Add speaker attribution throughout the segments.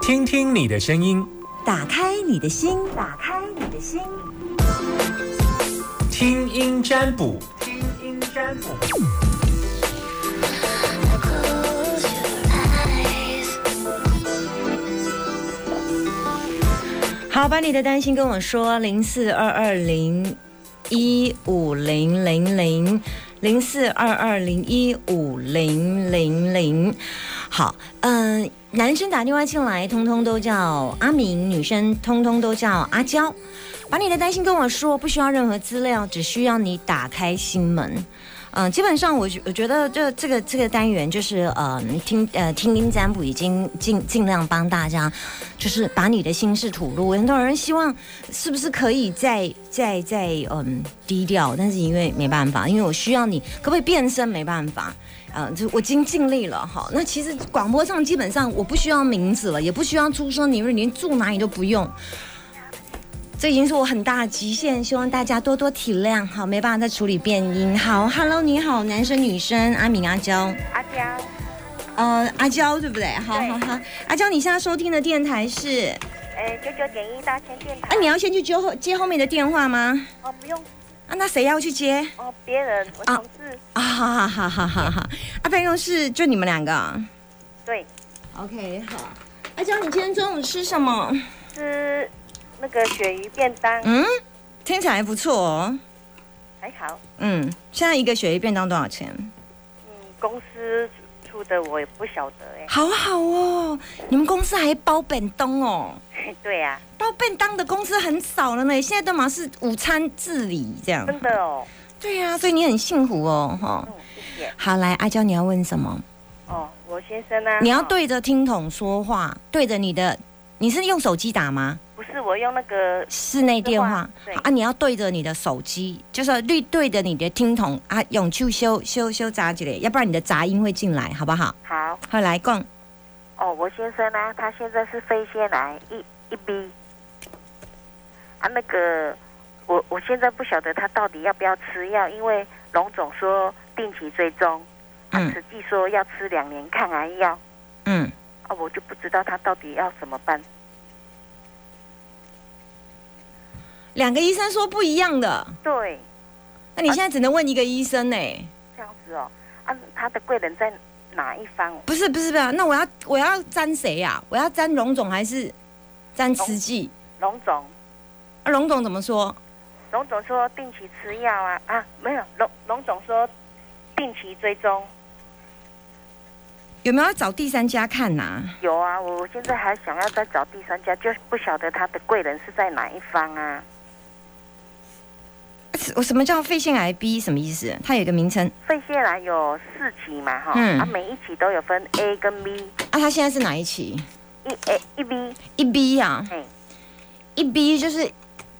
Speaker 1: 听听你的声音，
Speaker 2: 打开你的心，
Speaker 3: 打开你的心，
Speaker 1: 听音占卜，
Speaker 3: 听音占卜。
Speaker 4: Close your eyes.
Speaker 2: 好，把你的担心跟我说，零四二二零一五零零零。零四二二零一五零零零，好，嗯、男生打电话进来，通通都叫阿明，女生通通都叫阿娇。把你的担心跟我说，不需要任何资料，只需要你打开心门。嗯，基本上我觉我觉得这这个这个单元就是呃听呃听音占卜已经尽尽量帮大家，就是把你的心事吐露。很多人希望是不是可以再再再嗯低调，但是因为没办法，因为我需要你，可不可以变身？没办法。呃，就我已经尽力了哈。那其实广播上基本上我不需要名字了，也不需要出生年月，连住哪里都不用。这已经是我很大的极限，希望大家多多体谅。好，没办法再处理变音。好，Hello，你好，男生女生，阿敏阿娇，
Speaker 5: 阿娇，
Speaker 2: 呃，阿娇对不对？好
Speaker 5: 对
Speaker 2: 好好，阿娇，你现在收听的电台是？
Speaker 5: 呃，九九点一大千电台。
Speaker 2: 啊，你要先去接后接后面的电话吗？
Speaker 5: 哦，不用
Speaker 2: 啊，那谁要去接？
Speaker 5: 哦，别人，我
Speaker 2: 啊
Speaker 5: 同事。
Speaker 2: 啊，哈哈哈哈哈！啊，办公室就你们两个啊。
Speaker 5: 对，
Speaker 2: OK，好。阿娇，你今天中午吃什么？
Speaker 5: 吃那个鳕鱼便当，
Speaker 2: 嗯，听起来不错哦。
Speaker 5: 还好。
Speaker 2: 嗯，现在一个鳕鱼便当多少钱？
Speaker 5: 嗯，公司出的我也不晓得哎、
Speaker 2: 好好哦，你们公司还包本东哦。
Speaker 5: 对啊呀、
Speaker 2: 包便当的公司很少了呢，现在都嘛是午餐自理这样。
Speaker 5: 真的哦。
Speaker 2: 嗯对啊，所以你很幸福哦，哈
Speaker 5: 嗯。，谢谢。
Speaker 2: 好，来，阿娇，你要问什么？
Speaker 5: 哦，我先生呢、
Speaker 2: 你要
Speaker 5: 哦
Speaker 2: 对着听筒说话，对着你的，你是用手机打吗？
Speaker 5: 不是我用那个
Speaker 2: 室内电话
Speaker 5: 对
Speaker 2: 啊，你要对着你的手机，就是对对着你的听筒啊，用去修修修杂之类，要不然你的杂音会进来，好不好？
Speaker 5: 好
Speaker 2: 好，来，逛
Speaker 5: 哦，我先生呢、他现在是肺腺癌一一 B 啊，那个我我现在不晓得他到底要不要吃药，因为龙总说定期追踪，啊
Speaker 2: 嗯，
Speaker 5: 实际说要吃两年抗癌药
Speaker 2: 嗯，
Speaker 5: 啊，我就不知道他到底要怎么办。
Speaker 2: 两个医生说不一样的，
Speaker 5: 对，
Speaker 2: 那你现在只能问一个医生呢、
Speaker 5: 这样子哦，啊，他的贵人在哪一方？
Speaker 2: 不是不是不是，那我要我要沾谁呀、我要沾龙总还是沾慈济？
Speaker 5: 龙总，
Speaker 2: 啊，龙总怎么说？
Speaker 5: 龙总说定期吃药啊啊，没有，龙龙总说定期追踪。
Speaker 2: 有没有要找第三家看呐、
Speaker 5: 有啊，我现在还想要再找第三家，就是不晓得他的贵人是在哪一方啊。
Speaker 2: 我什么叫肺腺癌 B？什么意思？啊它有一个名称
Speaker 5: 肺腺癌有四期嘛，哈、
Speaker 2: 嗯
Speaker 5: 啊，每一期都有分 A 跟 B，
Speaker 2: 啊，它现在是哪一期？
Speaker 5: 一 A 一 B，
Speaker 2: 一 B 啊
Speaker 5: 哎，
Speaker 2: 一 B 就是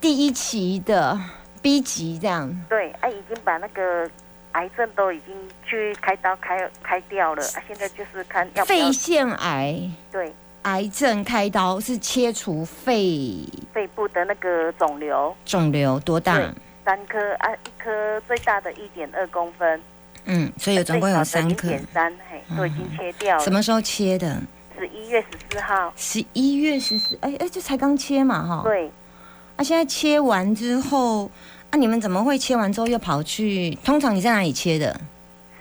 Speaker 2: 第一期的 B 级这样。
Speaker 5: 对，啊，已经把那个癌症都已经去开刀开开掉了，啊，现在就是看要不要
Speaker 2: 肺腺癌
Speaker 5: 对
Speaker 2: 癌症开刀是切除肺
Speaker 5: 肺部的那个肿瘤
Speaker 2: 肿瘤，多
Speaker 5: 对
Speaker 2: 大？
Speaker 5: 三颗啊，一颗最大的一点二公分，啊
Speaker 2: 嗯，所以有总共有三颗嗯
Speaker 5: 一。点三，嘿，都已经切掉
Speaker 2: 什
Speaker 5: 了，
Speaker 2: 么时候切的？
Speaker 5: 十一月十四号，
Speaker 2: 十一月十四，哎哎，这才刚切嘛哈。。
Speaker 5: 对。
Speaker 2: 啊，现在切完之后，啊，你们怎么会切完之后又跑去？通常你在哪里切的？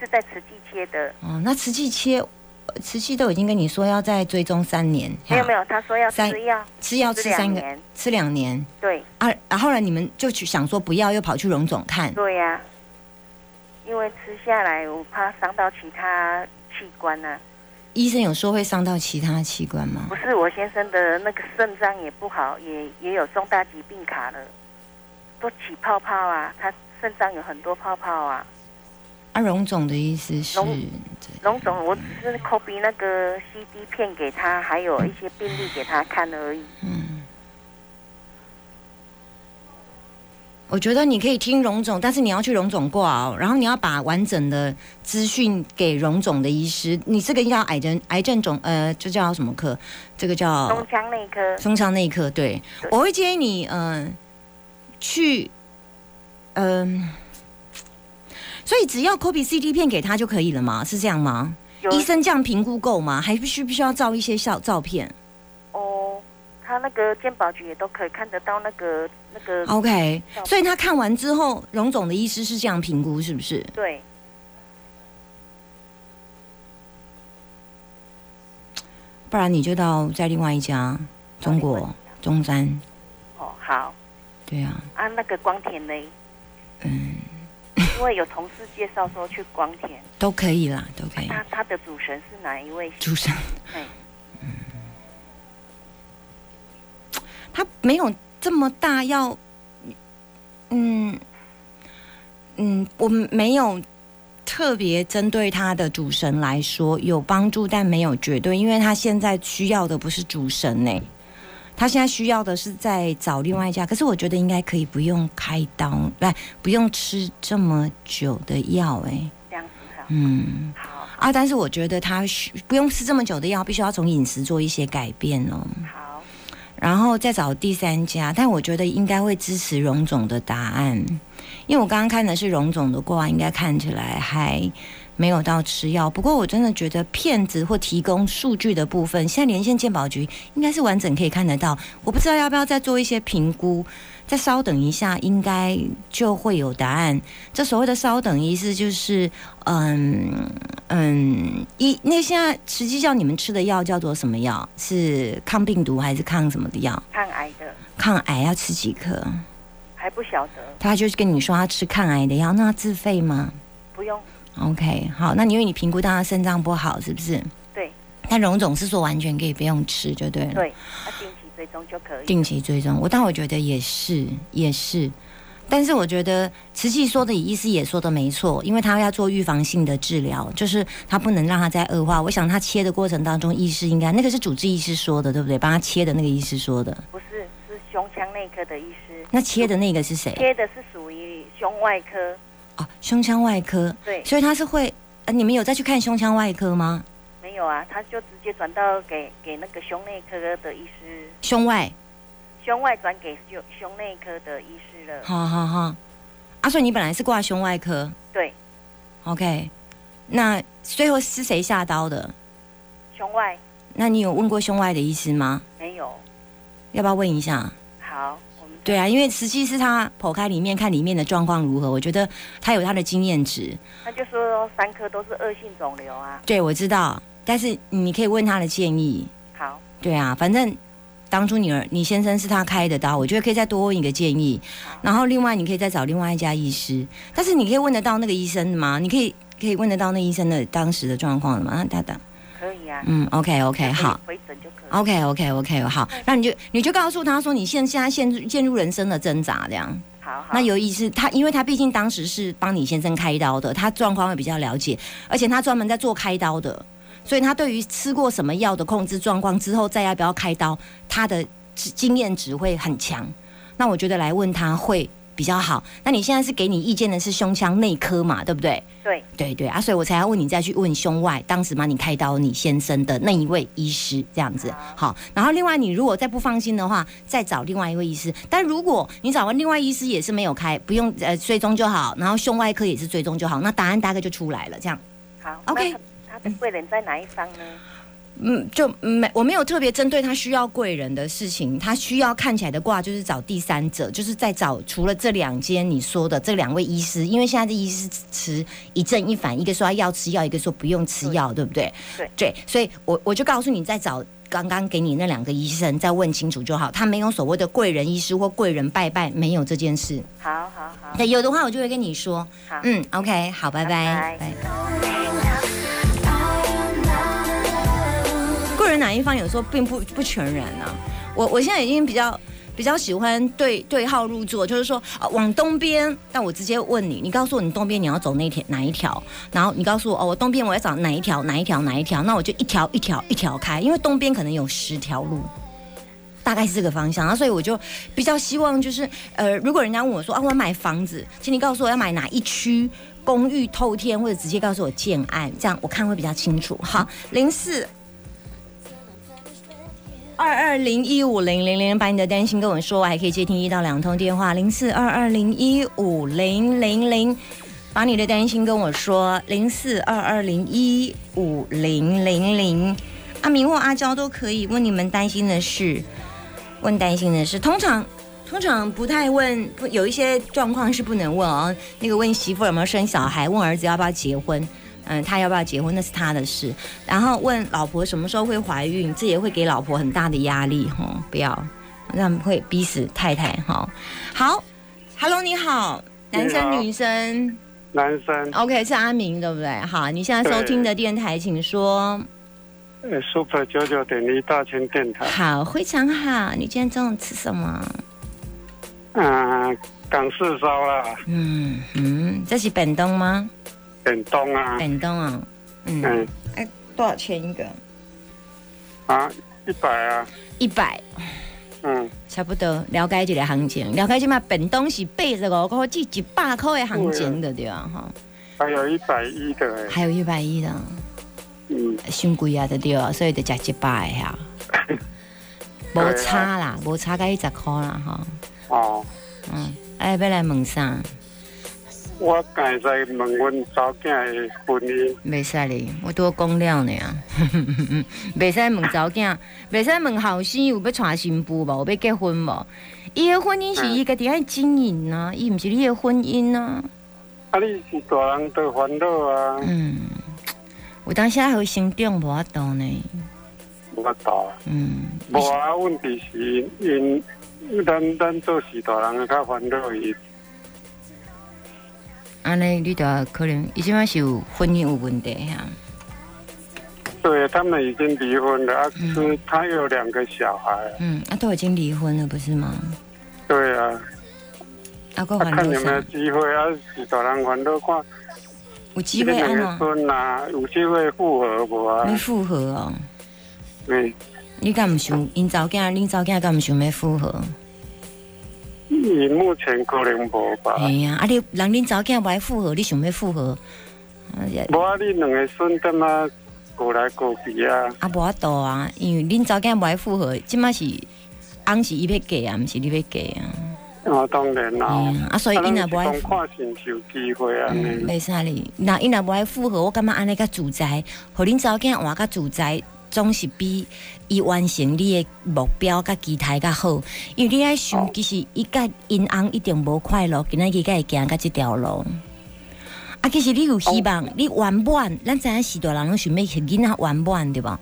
Speaker 5: 是在慈济切的，
Speaker 2: 哦，那慈济切，呃慈济都已经跟你说要再追踪三年，
Speaker 5: 没有没
Speaker 2: 有，
Speaker 5: 有，他说要
Speaker 2: 三
Speaker 5: 吃药，
Speaker 2: 吃药吃
Speaker 5: 吃
Speaker 2: 三
Speaker 5: 两
Speaker 2: 个，
Speaker 5: 年，
Speaker 2: 吃两年
Speaker 5: 对
Speaker 2: 啊，然后来你们就去想说不要，又跑去荣总看，
Speaker 5: 对呀、因为吃下来我怕伤到其他器官呢、
Speaker 2: 医生有说会伤到其他器官吗？
Speaker 5: 不是我先生的那个肾脏也不好，也也有重大疾病卡了，都起泡泡啊，他肾脏有很多泡泡啊。
Speaker 2: 啊，荣总的意思是，
Speaker 5: 荣龙总，我只是 copy 那个 CD 片给他，还有一些病例给他看而已。
Speaker 2: 嗯，我觉得你可以听荣总，但是你要去荣总挂哦，然后你要把完整的资讯给荣总的医师。你这个叫癌症癌症总呃，这叫什么科？这个叫
Speaker 5: 胸腔内科，
Speaker 2: 胸腔内科。对，
Speaker 5: 对
Speaker 2: 我会建议你嗯、呃去嗯、所以只要 copy CT 片给他就可以了吗？是这样吗？
Speaker 5: 有
Speaker 2: 医生这样评估够吗？还必须必须要照一些照照片？
Speaker 5: 哦，他那个健保局也都可以看得到那个那个
Speaker 2: 哦 OK，所以他看完之后，荣总的医师是这样评估，是不是？
Speaker 5: 对，
Speaker 2: 不然你就到在另外一家中
Speaker 5: 到
Speaker 2: 国
Speaker 5: 底会
Speaker 2: 中山，
Speaker 5: 哦好
Speaker 2: 对啊，
Speaker 5: 啊，那个光田呢？
Speaker 2: 嗯，
Speaker 5: 因为有同事介绍说去光田，
Speaker 2: 都可以啦，都可以。
Speaker 5: 那他的主神是哪一位？
Speaker 2: 朱生
Speaker 5: 哎，
Speaker 2: 嗯他没有这么大要，嗯嗯，我们没有特别针对他的主神来说有帮助，但没有绝对，因为他现在需要的不是主神呢、欸他现在需要的是在找另外一家，可是我觉得应该可以不用开刀，来不用吃这么久的药、哎，
Speaker 5: 这样子哈，
Speaker 2: 嗯。
Speaker 5: 好
Speaker 2: 啊，但是我觉得他需不用吃这么久的药，必须要从饮食做一些改变哦，
Speaker 5: 好
Speaker 2: 然后再找第三家。但我觉得应该会支持荣总的答案，因为我刚刚看的是荣总的卦，应该看起来还没有到吃药。不过我真的觉得骗子或提供数据的部分，现在连线鉴宝局应该是完整可以看得到。我不知道要不要再做一些评估，再稍等一下，应该就会有答案。这所谓的稍等，意思就是，嗯嗯，一那现在实际叫你们吃的药叫做什么药？是抗病毒还是抗什么的药？
Speaker 5: 抗癌的
Speaker 2: 抗癌要吃几颗？
Speaker 5: 还不晓得，
Speaker 2: 他就是跟你说他吃抗癌的药，那他自费吗
Speaker 5: 不用
Speaker 2: ？OK，好，那因为你评估到他肾脏不好，是不是？
Speaker 5: 对。
Speaker 2: 但荣总是说完全可以不用吃就对了。
Speaker 5: 对，他定期追踪就可以。
Speaker 2: 嗯定期追踪，我但我觉得也是也是，但是我觉得慈禧说的意思也说的没错，因为他要做预防性的治疗，就是他不能让他再恶化。我想他切的过程当中，医师应该那个是主治医师说的，对不对？帮他切的那个医师说的，
Speaker 5: 不是是胸腔内科的医师，
Speaker 2: 那切的那个是谁？
Speaker 5: 贴的是属于胸外科，
Speaker 2: 哦，胸腔外科，
Speaker 5: 对，
Speaker 2: 所以他是会。呃，你们有再去看胸腔外科吗？
Speaker 5: 没有啊，他就直接转到给给那个胸内科的医师，
Speaker 2: 胸外，
Speaker 5: 胸外转给胸胸内科的医师了。
Speaker 2: 好好好。啊，所以你本来是挂胸外科
Speaker 5: 对，
Speaker 2: ，OK？那最后是谁下刀的？
Speaker 5: 胸外
Speaker 2: 那你有问过胸外的医师吗？
Speaker 5: 没有。
Speaker 2: 要不要问一下？
Speaker 5: 好，我们
Speaker 2: 对啊，因为实际是他剖开里面看里面的状况如何，我觉得他有他的经验值。
Speaker 5: 他就说三颗都是恶性肿瘤啊。
Speaker 2: 对，我知道，但是你可以问他的建议。
Speaker 5: 好，
Speaker 2: 对啊，反正当初你儿你先生是他开的刀，我觉得可以再多问一个建议。然后另外你可以再找另外一家医师，但是你可以问得到那个医生的吗？你可以可以问得到那医生的当时的状况的吗？他的
Speaker 5: 可以啊。
Speaker 2: 嗯，OK OK 好。
Speaker 5: 回诊就可以。
Speaker 2: OK OK OK 好，那你就你就告诉他说你现现在陷入陷入人生的挣扎这样。
Speaker 5: 好好，
Speaker 2: 那尤其是他，因为他毕竟当时是帮你先生开刀的，他状况会比较了解，而且他专门在做开刀的，所以他对于吃过什么药的控制状况之后再要不要开刀，他的知经验值会很强。那我觉得来问他会比较好。那你现在是给你意见的是胸腔内科嘛，对不对？
Speaker 5: 对
Speaker 2: 对对啊，所以我才要问你再去问胸外当时帮你开刀你先生的那一位医师这样子。好，然后另外你如果再不放心的话，再找另外一位医师。但如果你找完另外医师也是没有开，不用呃追踪就好，然后胸外科也是追踪就好，那答案大概就出来了。这样，
Speaker 5: 好。
Speaker 2: OK
Speaker 5: 那他他的贵人在哪一方呢？
Speaker 2: 嗯，就没我没有特别针对他需要贵人的事情，他需要看起来的卦就是找第三者，就是在找除了这两间你说的这两位医师，因为现在这医师持一正一反，一个说要吃药，一个说不用吃药，对不对？
Speaker 5: 对
Speaker 2: 所以我我就告诉你，再找刚刚给你那两个医生再问清楚就好，他没有所谓的贵人医师或贵人拜拜，没有这件事。
Speaker 5: 好好好，
Speaker 2: 对，有的话我就会跟你说
Speaker 5: 好。
Speaker 2: 嗯，OK，好，拜拜
Speaker 5: 拜拜。
Speaker 2: 拜个人哪一方有时候并不不全然啊。我我现在已经比较比较喜欢对对号入座，就是说啊往东边，但我直接问你，你告诉我你东边你要走那条哪一条，然后你告诉我哦，我东边我要找哪一条哪一条哪一条，那我就一条一条一条开，因为东边可能有十条路。大概是这个方向，那所以我就比较希望就是，呃，如果人家问我说啊，我要买房子，请你告诉我要买哪一区公寓透天，或者直接告诉我建案，这样我看会比较清楚。好，零四二二零一五零零零，把你的担心跟我说，我还可以接听一到两通电话，零四二二零一五零零零。把你的担心跟我说，零四二二零一五零零零，阿明或阿娇都可以问你们担心的事。问担心的是，通常通常不太问，不有一些状况是不能问哦。那个问媳妇有没有生小孩，问儿子要不要结婚，嗯，他要不要结婚那是他的事。然后问老婆什么时候会怀孕，这也会给老婆很大的压力哈、哦，不要让会逼死太太哈、好，Hello，你好，男
Speaker 6: 你
Speaker 2: 生
Speaker 6: 好
Speaker 2: 女生
Speaker 6: 男生，
Speaker 2: ，OK 是阿明对不对？好，你现在收听的电台，请说。
Speaker 6: 呃，Super 九九点一大千电台，
Speaker 2: 好，非常好。你今天中午吃什么？
Speaker 6: 嗯、港式烧啦，
Speaker 2: 嗯嗯，这是本东吗？
Speaker 6: 点东啊，
Speaker 2: 本东啊，嗯
Speaker 6: 嗯，
Speaker 2: 哎，多少钱一个？
Speaker 6: 啊，一百啊，
Speaker 2: 一百，
Speaker 6: 嗯，
Speaker 2: 差不多。了解这个行情，了解即嘛，本东是八十五块至一百块的行情的对啊哈，
Speaker 6: 还有一百一的、欸，
Speaker 2: 还有一百一的，
Speaker 6: 嗯，
Speaker 2: 伤贵啊的对啊，所以得食一百的 呀。无差啦，无差到一十块啦哈。
Speaker 6: 哦，
Speaker 2: 嗯，哎，要来问啥？
Speaker 6: 我刚才问阮查囝的婚姻，
Speaker 2: 袂使哩，我拄讲了呢啊。 袂使问查某囝，袂使问后生有要娶新妇无，有要结婚无。伊的婚姻是
Speaker 6: 嗯
Speaker 2: 伊家己爱经营啊，伊毋是你的婚姻啊。
Speaker 6: 啊，你是大人的烦恼啊，
Speaker 2: 嗯，有当时还有成长无法度呢。
Speaker 6: 我大，
Speaker 2: 嗯，
Speaker 6: 无啊，问题是因。咱咱做是大人的较烦恼伊，
Speaker 2: 安尼你着可能伊即摆是有婚姻有问题啊。
Speaker 6: 对啊他们已经离婚了，啊，可是他有两个小孩，
Speaker 2: 嗯，啊都已经离婚了不是吗？
Speaker 6: 对啊，
Speaker 2: 啊，够
Speaker 6: 啊，
Speaker 2: 烦
Speaker 6: 看
Speaker 2: 恼
Speaker 6: 有没有
Speaker 2: 啥？
Speaker 6: 机会啊！是大人烦恼看，
Speaker 2: 有机会
Speaker 6: 你
Speaker 2: 安
Speaker 6: 两个
Speaker 2: 怎？
Speaker 6: 孙啊，有机会复合无啊
Speaker 2: 要？复合哦？
Speaker 6: 嗯，
Speaker 2: 你敢毋想？因查某囝，恁查某囝敢毋想要复合？
Speaker 6: 你目前可能无吧？
Speaker 2: 哎呀，啊你人恁查某囝爱复合，你想要复合？啊也
Speaker 6: 无啊，你两个孙干嘛过来过去啊？
Speaker 2: 啊无法度啊，因为恁查某囝爱复合，即马是翁是伊要嫁啊，毋是你要嫁啊。
Speaker 6: 啊，当然啦、
Speaker 2: 哎呀啊所以
Speaker 6: 啊
Speaker 2: 他若
Speaker 6: 咱是
Speaker 2: 不爱
Speaker 6: 讲看寻求机会啊，
Speaker 2: 嗯，
Speaker 6: 呢
Speaker 2: 袂使哩。若伊若无爱复合，我感觉安尼较自在，互恁查某囝活较自在，总是比伊完成你的目标甲期待较好。因为你爱想
Speaker 6: 哦，
Speaker 2: 其实伊甲因翁一定无快乐，今仔日甲会行到即条路。啊，其实你有希望，你圆满，咱知影是大人拢想要给囡仔圆满，对无？啊，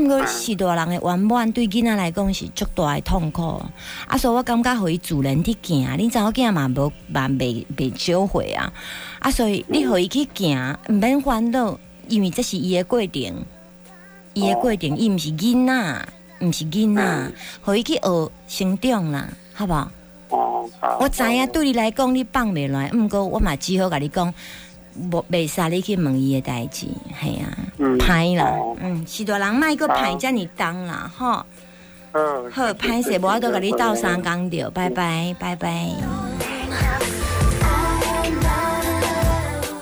Speaker 2: 毋过是大人的圆满对囡仔来讲是足大的痛苦。啊，所以我感觉互伊自然去行，恁查某囝嘛无嘛袂袂少岁啊。啊，所以你互伊去行，毋免烦恼，因为这是伊的过程，伊的过程，伊毋是囡仔，毋是囡仔
Speaker 6: 嗯，
Speaker 2: 互伊去学成长啦，好无？
Speaker 6: 哦，好
Speaker 2: 我知啊影，对你来讲你放袂落，毋过我嘛只好甲你讲，无袂使你去问伊的代志，系啊，
Speaker 6: 嗯
Speaker 2: 歹啦
Speaker 6: 哦，
Speaker 2: 嗯，是大人莫个歹遮尔重啦，吼，
Speaker 6: 好
Speaker 2: 好，歹势，无我都甲你斗相。共着，拜拜，拜拜。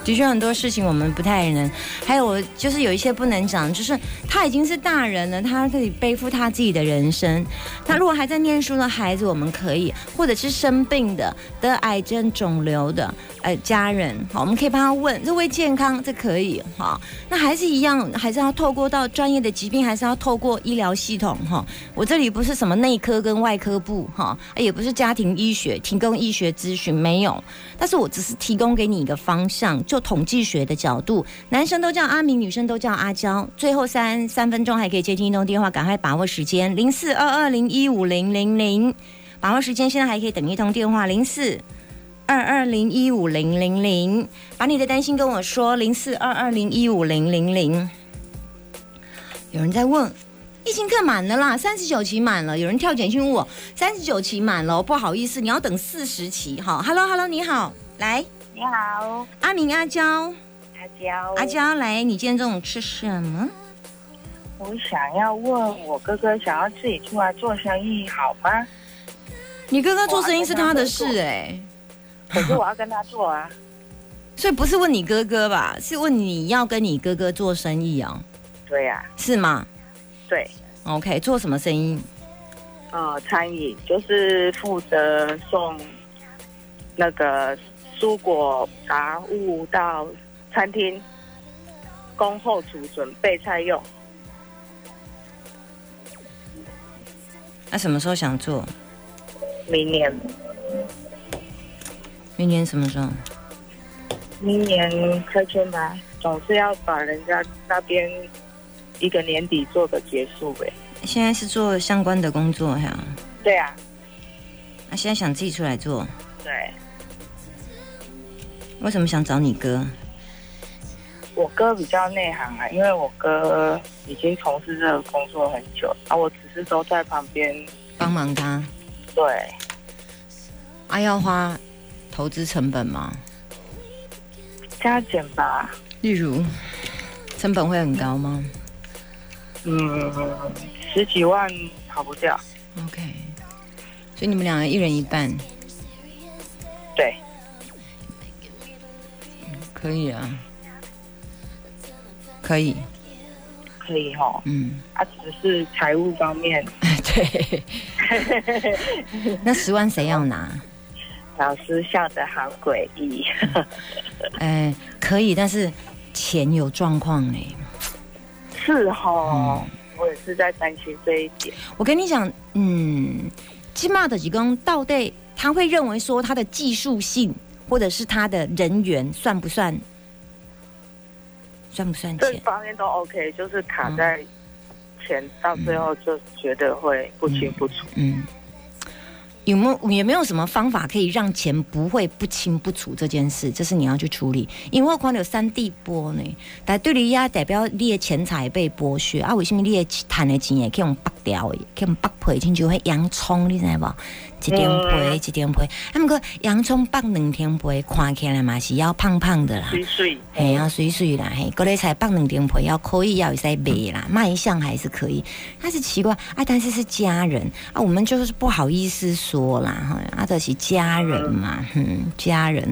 Speaker 2: 的确，很多事情我们不太能，还有就是有一些不能讲，就是他已经是大人了，他自己背负他自己的人生。那如果还在念书的孩子，我们可以，或者是生病的、得癌症、肿瘤的，呃，家人，好，我们可以帮他问，这为健康，这可以哈。那还是一样，还是要透过到专业的疾病，还是要透过医疗系统哈。我这里不是什么内科跟外科部哈，也不是家庭医学提供医学咨询，没有。但是我只是提供给你一个方向，就统计学的角度，男生都叫阿明，女生都叫阿娇。最后三三分钟还可以接听移动电话，赶快把握时间，零四二二零一五零零零，把握时间，现在还可以等一通电话，零四。二二零一五零零零，把你的担心跟我说，零四二二零一五零零零。有人在问，疫情课满了啦，三十九期满了。有人跳简讯问我，三十九期满了，不好意思，你要等四十期。好，Hello Hello，你好，来，
Speaker 3: 你好，
Speaker 2: 阿明阿娇，
Speaker 3: 阿娇。
Speaker 2: 阿，娇来，你今天中午吃什么？
Speaker 3: 我想要问我哥哥，想要自己出来做生意好吗？
Speaker 2: 你哥哥做生意是他的事哎、
Speaker 3: 可是我要跟他做啊。
Speaker 2: 所以不是问你哥哥吧，是问你要跟你哥哥做生意哦，
Speaker 3: 对呀、
Speaker 2: 是吗
Speaker 3: 对，
Speaker 2: ？OK，做什么生意？
Speaker 3: 呃，餐饮就是负责送那个蔬果杂物到餐厅，供后厨准备菜用。
Speaker 2: 那什么时候想做？
Speaker 3: 明年，
Speaker 2: 明年什么时候？
Speaker 3: 明年开春吧，总是要把人家那边一个年底做个结束呗。
Speaker 2: 现在是做相关的工作哈，
Speaker 3: 对啊，
Speaker 2: 那现在想自己出来做，
Speaker 3: 对
Speaker 2: 为什么想找你哥？
Speaker 3: 我哥比较内行啊，因为我哥已经从事这个工作很久，啊，我只是都在旁边。
Speaker 2: 帮忙他？
Speaker 3: 对，
Speaker 2: 啊，要花投资成本吗？
Speaker 3: 加减吧，
Speaker 2: 例如，成本会很高吗
Speaker 3: 嗯，十几万跑不掉。
Speaker 2: ？OK，所以你们两个一人一半，
Speaker 3: 对，
Speaker 2: 可以啊，可以，
Speaker 3: 可以吼、
Speaker 2: 嗯，
Speaker 3: 啊，只是财务方面，
Speaker 2: 对，那十万谁要拿？
Speaker 3: 老师笑得好诡异。
Speaker 2: 哎，可以，但是钱有状况欸呢。
Speaker 3: 是吼、
Speaker 2: 嗯
Speaker 3: 我也是在担心这一点。
Speaker 2: 我跟你讲，嗯，金马的几公到底他会认为说他的技术性或者是他的人员算不算，算不算
Speaker 3: 这
Speaker 2: 钱？
Speaker 3: 方面都 OK，就是卡在钱，到最后就觉得会不清不楚。
Speaker 2: 嗯，有没有也没有什么方法可以让钱不会不清不楚这件事？这是你要去处理，因为我看到有三地波呢，但对你呀代表你的钱财被剥削啊，为什么你的赚的钱也可以用剥掉的，可以用剥皮，亲像迄洋葱，你知无？一点皮一点皮，啊，毋过洋葱剥两点皮，看起来嘛是要胖胖的啦。
Speaker 3: 水水，
Speaker 2: 嘿，要水水啦，嘿，各类菜放两点皮，要可以要再卖啦，卖相还是可以。但是奇怪啊，但是是家人啊，我们就是不好意思说啦，哈，啊，这是家人嘛，嗯，家人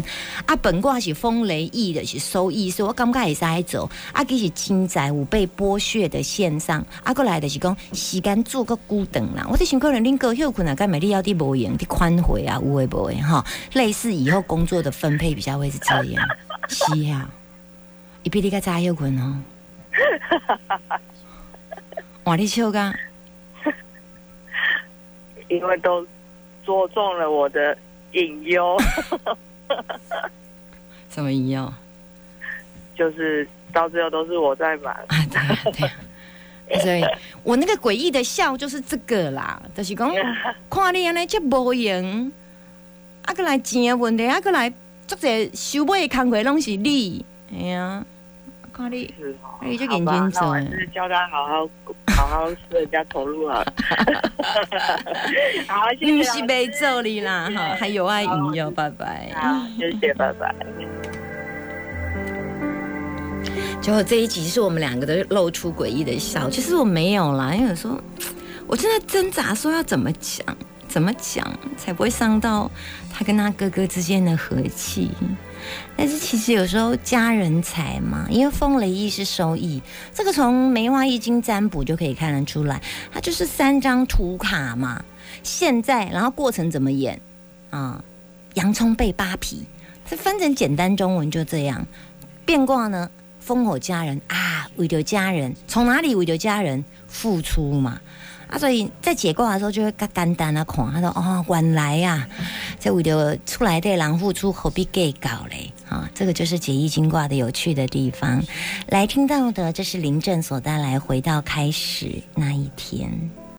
Speaker 2: 啊，本卦是风雷翼的，是收益，所以我感觉也是爱走啊，其实金仔有被剥削的线上啊，过来的是讲时间做个久长啦，我在想可能恁哥休困啊，干嘛你要滴无用滴宽回啊，有诶无诶哈，类似以后工作的分配比较会是这样，是啊。伊比你较早休困哦。哇，你笑噶？
Speaker 3: 因为都捉中了我的隐 忧，
Speaker 2: 什么哦医药
Speaker 3: 就是到最后都是我在忙。
Speaker 2: 啊？对啊，对啊。所以我那个诡异的笑就是这个啦，就是讲看你安尼这无用，啊个来钱的问题，啊个来做者收尾的工课拢是你，哎呀、啊，看你
Speaker 3: 是哦
Speaker 2: 哎这个
Speaker 3: 好吧
Speaker 2: 眼睛
Speaker 3: 那我还
Speaker 2: 肿
Speaker 3: 是教他好好好好吃人家投入好了。 好，谢
Speaker 2: 你不
Speaker 3: 谢啊老
Speaker 2: 是
Speaker 3: 师
Speaker 2: 被揍你啦
Speaker 3: 谢谢
Speaker 2: 哈，还有爱
Speaker 3: 好
Speaker 2: 引诱，拜拜。
Speaker 3: 好，谢谢，拜拜。
Speaker 2: 结果这一集是我们两个都露出诡异的笑，其实我没有啦，因为有时候我正在挣扎，说要怎么讲，怎么讲才不会伤到他跟他哥哥之间的和气。但是其实有时候家人财嘛，因为风雷翼是收益，这个从梅花易经占卜就可以看得出来，它就是三张图卡嘛。现在，然后过程怎么演啊、洋葱被扒皮，这翻成简单中文就这样。变卦呢，烽火家人啊，为了家人，从哪里为了家人付出嘛。啊，所以在解卦的时候就会较简单啊看，他说哦，原来啊，这为了出来的人付出何必计较嘞？啊、这个就是解易经卦的有趣的地方。来听到的，这是林正所带来《回到开始那一天》。